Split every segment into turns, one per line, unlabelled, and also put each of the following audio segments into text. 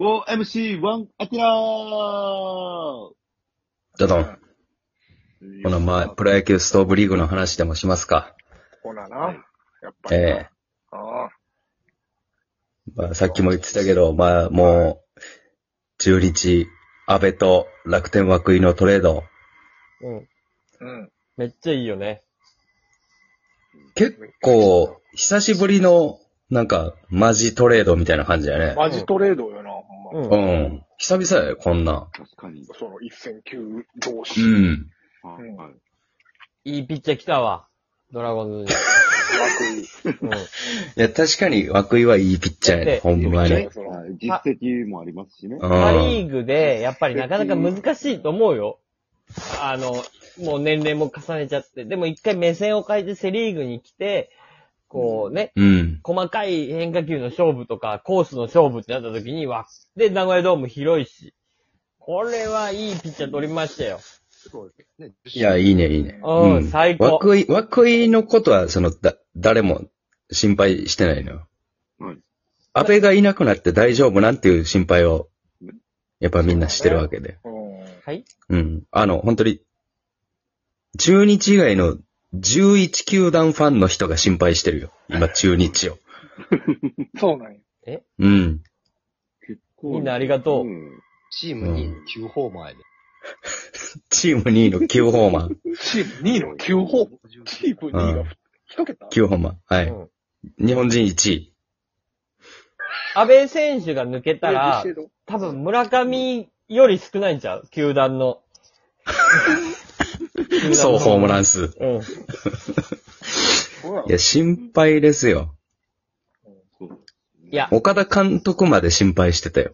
OMC1 アキラー
ダドン。この前、プロ野球ストーブリーグの話でもしますか。
ほらな。やっぱりな。
え
ああ。
えまあ、さっきも言ってたけど、まあ、もう、中日、安倍と楽天涌井のトレード。
うん。
うん。
めっちゃいいよね。
結構、久しぶりの、なんか、マジトレードみたいな感じだね。
マジトレードよな、ほん
う
ま。
ん。
う。
うん
久々やよ、こんなん。
確かに。
その一戦級同士。
うん。
あ
うん
はい
いいピッチャー来たわ。ドラゴンズに。うん。
いや、確かに涌井はいいピッチャーや
だ
ね、
って
ほんま
楽
に。
に
うん
その
はい実績もありますしね。
パリーグで、やっぱりなかなか難しいと思うよ。あの、もう年齢も重ねちゃって。でも一回目線を変えてセリーグに来て、こうね、
うん。
細かい変化球の勝負とか、コースの勝負ってなった時には、で、名古屋ドーム広いし。これはいいピッチャー取りましたよ。
いや、いいね、いいね。
うん、
うん
最高。
涌井、涌井のことは、その、だ、誰も心配してないのよ。
はい
安倍がいなくなって大丈夫なんていう心配を、やっぱみんなしてるわけで。
うん。
はい。
うん。あの、本当に、中日以外の11球団ファンの人が心配してるよ。今、中日を。
そうなんや。
うん。
結構
みんなありがとうん
チームに9ホーマーやで。
チーム2位の9ホーマー。
チーム2位の9ホーム。チーム2位が1桁
9ホーマー。は
う
い。
ん。
日本人1位。
安倍選手が抜けたら、多分村上より少ないんちゃう球団の。
そう、ホームラ
ン。
ン数。
うん。
そうない
や、心配ですよ。
そう
いや、
岡田監督まで心配してたよ。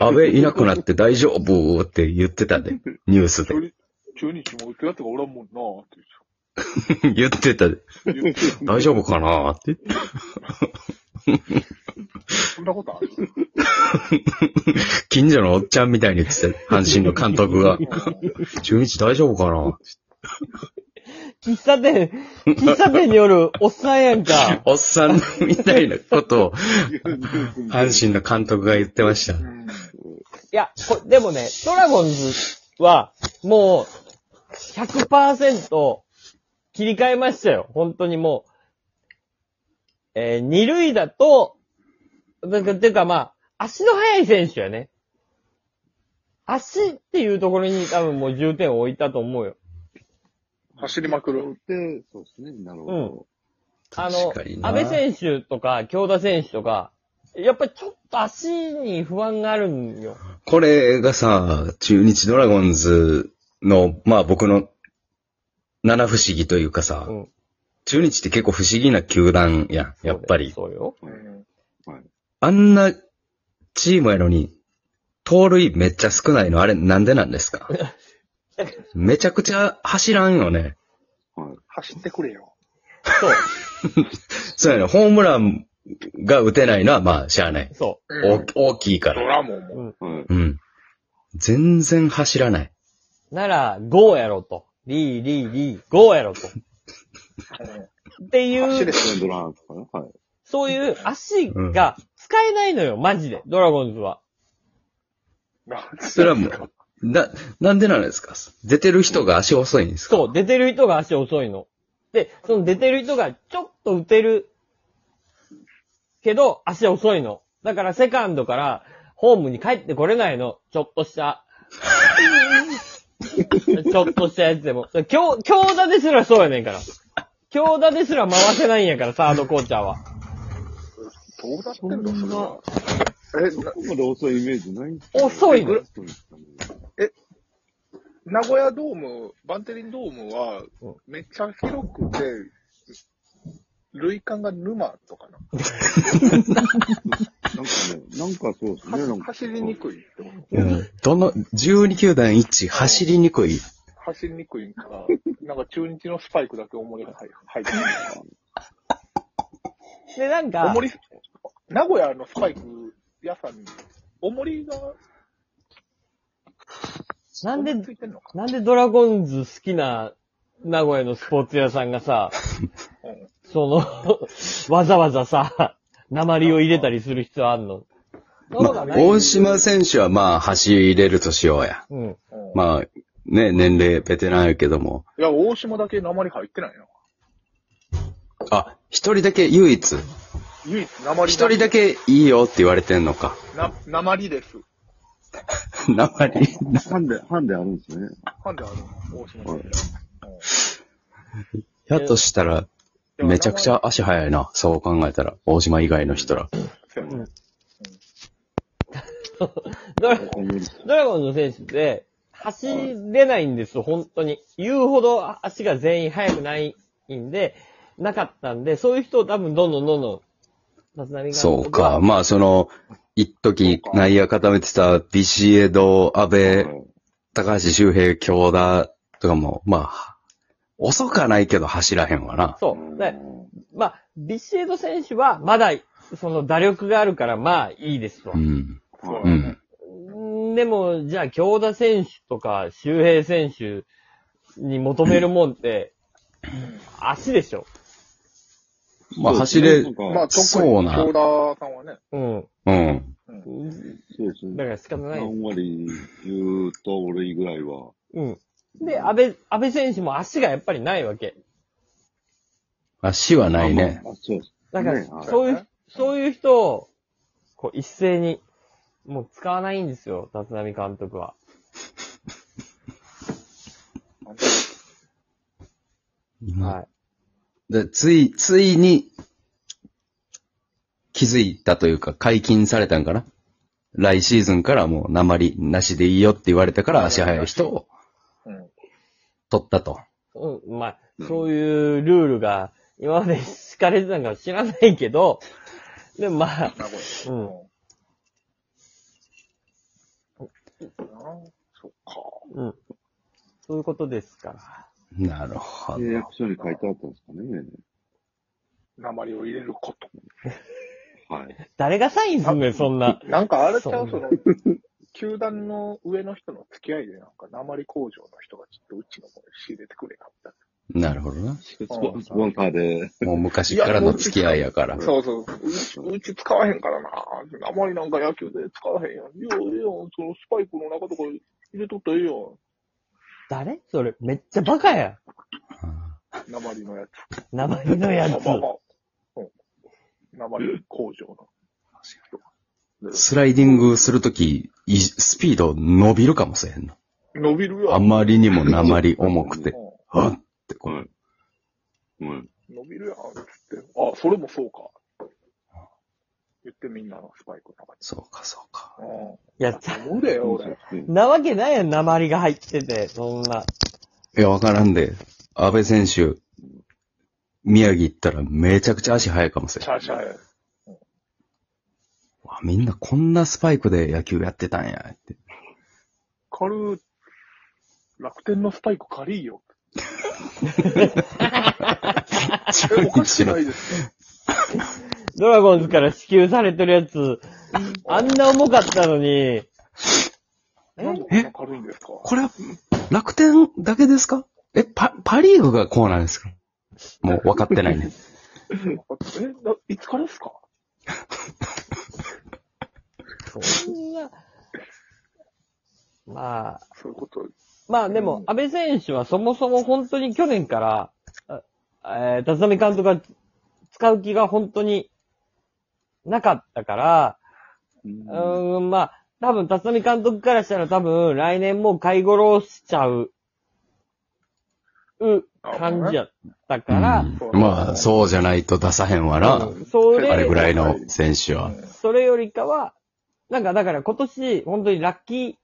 安倍いなくなって大丈夫って言ってたで。ニュースで
中。日中日も打つやつがおらんもんなーって
言ってたで。
言ってた。
大丈夫かなって。
そんなことある
近所のおっちゃんみたいに言ってた。阪神の監督が。中日大丈夫かな
喫茶店、喫茶店によるおっさんやんか。
おっさんみたいなことを、阪神の監督が言ってました
う。ん。
いや、こでもね、ドラゴンズは、もう、100%切り替えましたよ。本当にもう。えー二塁だと、だかていうかまあ、足の速い選手やね。足っていうところに多分もう重点を置いたと思うよ。
走りまくる。
で、そうですね。なるほど。
あの
確かに、な
安倍選手とか、京田選手とか、やっぱりちょっと足に不安があるんよ。
これがさ、中日ドラゴンズの、まあ僕の七不思議というかさ、
うん
中日って結構不思議な球団やん、やっぱり。
そうよ。
うん。
あんなチームやのに、盗塁めっちゃ少ないの、あれなんでなんです かめちゃくちゃ走らんよね。
走ってくれよ。
そう、
そうやね。ホームランが打てないのは、まあ、しゃあない。
そ
お大きいか
ド
ら。
ラモンも。
はい。
うん。全然走らない。
う。なら、ゴーやろと。リー、リー、リー、ゴーやろと。ってい
走れ
う、
ドランとかね。はい。
そういう足が使えないのよ、マジで。ドラゴンズは。
それはもう、な、なんでなんですか出てる人が足遅いんですか
そう、出てる人が足遅いの。で、その出てる人がちょっと打てる、けど足遅いの。だからセカンドからホームに帰ってこれないの。ちょっとした。 ちょっとしたやつでも。強、強打ですらそうやねんから。強打ですら回せないんやから、サードコーチャーは。
どうなってんのそれは。
そ
え、
こまで遅いイメージないんですけど
遅いの
遅んですかね
名古屋ドーム、バンテリンドームは
うん、
めっちゃ広くて、類間が沼とかな。
なんかね、なんかそうですね。なん
は
か
走りにくいってこ
う
と
ん。どの、12球団1、走りにくい。
走りにくい んから、なんか中日のスパイクだけ重りが入入ってる。
で、なんか
重、り、名古屋のスパイク屋さんに、重りが、
なんで
重りついてんのか。
なんでドラゴンズ好きな名古屋のスポーツ屋さんがさ、
うん
その、わざわざさ、鉛を入れたりする必要あんのものがない。
大島選手はまあ、走れるとしようや。
うん。
うん
まあ、ね、年齢ベテランやけども。
いや、大島だけ鉛入ってないよ。
あ、一人だけ唯一。
唯一鉛。
一人だ。けいいよって言われてんのか。
な、鉛です。
名前。
ハンデ、ハンデあるんですね。
なんであるの大島選
やっとしたら、
手。
めちゃくちゃ足早いな。そう考えたら、大島以外の人ら。
そうやね。
ドラ
この
ドラゴンズの選手って、走れないんですよ、本当に。言うほど足が全員速くないんで、なかったんで、そういう人を多分どんどんどんどん、立浪が。
そうか。。まあ、その、一時
そうか
内野固めてた、ビシエド、安倍、高橋周平、京田とかも、まあ、遅かないけど走らへんわな。
そう。で、まあ、ビシエド選手は、まだ、その打力があるから、まあ、いいですわ
う。ん。
そうや
う
ね
ん。
んでも、じゃあ、京田選手とか、周平選手に求めるも んって、足でしょ。
まあ、走れ、う
まあ、
まあ、
特に、
そうな
京田さんはね、
うん。
ん。
そうですね
だ。から仕方ないです。
何割言うと、俺以外は。
うん。で、安倍、安倍選手も足がやっぱりないわけ。
足はないね
あ。。まあそうです。
だから、
ねはい
そうい
は
う
い、
そういう人を、こう、一斉に、もう使わないんですよ、立浪監督は。は
で、つい、ついに、気づいたというか、解禁されたんかな来シーズンからもう、鉛なしでいいよって言われたから、足早い人を
うん。
取ったと。
い。うん、まあ、そういうルールが、今まで敷かれてたのか知らないけど、でもまあ、
名古屋。
うん
うん。そっか。
うん。そういうことですから。
なるほど
契。約書に書いてあったんですかね。
鉛を入れること。
はい。
誰がサインすんのよ、そんな。
なんかあれちゃう、そ
そ
うの、球団の上の人の付き合いで、なんか、鉛工場の人がちょっとうちの方に仕入れてくれなかっ
なるほどな。
スポスポンサーで。
もう昔からの付き合いやか
た。
ら。
そうそう。うち、うち使わへんからな。鉛なんか野球で使わへんやん。いや、ええやん。そのスパイクの中とか入れとったらええや
誰それ、めっちゃバカや。
ん。鉛のやつ。
鉛のや つ。
まあまあまあうん。鉛工場の。
スライディングするとき、いスピード伸びるかもしれんの。
伸びるやん。
あまりにも鉛重くて、
う
はっってこ
は
う
い。うん。
ん伸びるやん。つって。あ、それもそうか。言ってみんなのスパイクの中
そうか、そうか。
で。うん。
いや、ちゃ
思うだよ、俺。
なわけないやん、鉛が入ってて、そんな。
いや、わからんで、安倍選手、宮城行ったらめちゃくちゃ足速いかもしれ
シ
ん。
ャーシャーや。
わみんなこんなスパイクで野球やってたんや、って。
カル、楽天のスパイク借りいよ。え、おかしくないですか
ドラゴンズから支給されてるやつ、あんな重かったのに、
なんでこんな軽いんですか
これは、楽天だけですかえ、パ、パリーグがこうなんですかもう分かってな いね。
え、ないつからですか
そんな。まあ、
そういうこと。
まあでも、安倍選手はそもそも本当に去年から、あえー、立浪監督が使う気が本当になかったから、う
うん
ーん、まあ、多分立浪監督からしたら多分来年もう買い頃しちゃう、う、感じやったから、
うん、まあ、そうじゃないと出さへんわな。
そ
あれぐ
れ、
らいの選手は。
それよりかは、なんかだから今年本当にラッキー、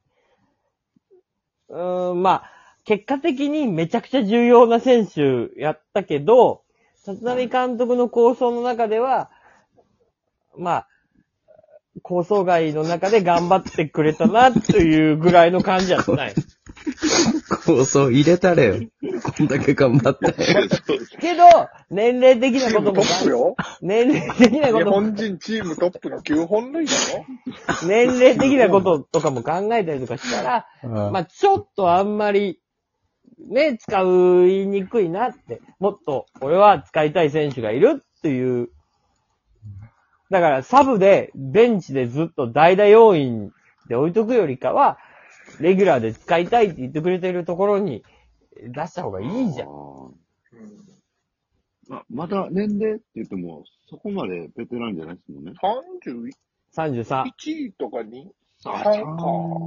うーん、まあ、結果的にめちゃくちゃ重要な選手やったけど、立浪監督の構想の中では、まあ、構想外の中で頑張ってくれたな、というぐらいの感じやったね。
構想入れたれよ。こんだけ頑張 って。
けど、年齢的
チ
な
ー
こ
ム
と
ト
も、
ップよ。
年齢的な
日
ことも
本、人チームトップの9本塁だよ。
年齢的なこととかも考えたりとかしたら、まあ、ちょっとあんまり、ね、使いにくいなって、もっと俺は使いたい選手がいるっていうだから、サブで、ベンチでずっと代打要員で置いとくよりかは、レギュラーで使いたいって言ってくれてるところにえ出した方がいいじゃん
あ。ーまあまだ年齢って言っても、そこまでベテランじゃないですもんね。
33。
31とかに、
あ、
そう
チャ
か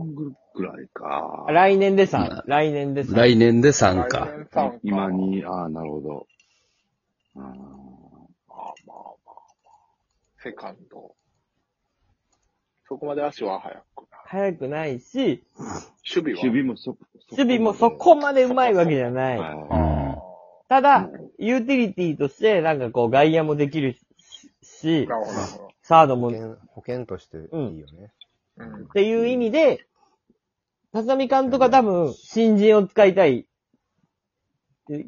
ングルくらいか。
来年で
ま
3
あ。
来年で3。
来年で3か。
来年さんか
今。に、ああ、なるほど。あー
まあまあまあまあ。セカンド。そこまで足は速くない。
早くないし、
守備は。
守備もそ、
守備もそこまで上手いわけじゃない。
は
あ
た
う
だ
ん、
ユーティリティとして、なんかこう、外野もできるし
あ。、なるほどなるほど。
サード
保
も、っ
険、保険としていいよね。
うん。
ていう意味で、立浪監督は多分、新人を使いたい。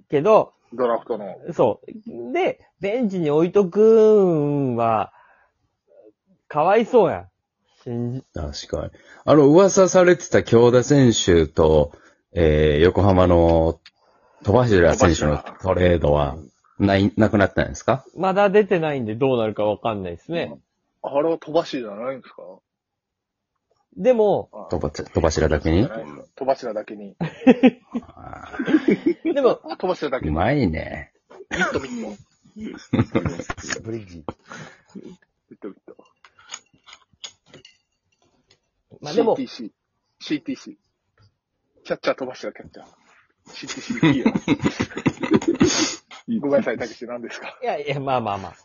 けど、
ドラフトの。
そう。で、ベンチに置いとくんは、かわいそうやん。新人
確かに。あの、噂されてた京田選手と、えー、横浜の戸柱選手のトレードは、ない、なくなったんですか
まだ出てないんでどうなるかわかんないですね。
あれは飛ばしじゃないんですか
でも、
あ
戸柱戸柱だけに
じゃないですか飛ばしだけ に。
あ
でも、
飛ばしだ
ー
け
う
に。
まいね。
ビットビット。
ブリッジ。
ビットビット。
まあでも、
CTC。CTC。キャッチャー飛ばしだ、キャッチャー。CTC いいよ。ごめんなさい、たけし、何ですか
いやいや、まあまあまあ。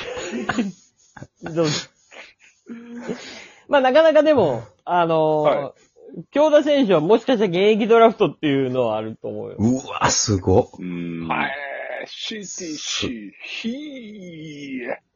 どう ぞまあなかなかでも、あの
は
ー、京田選手はもしかしたら現役ドラフトっていうのはあると思うよ。
う
Mm.
わ、すごっ。
Ah,
うん。
はい、CTC。ひー。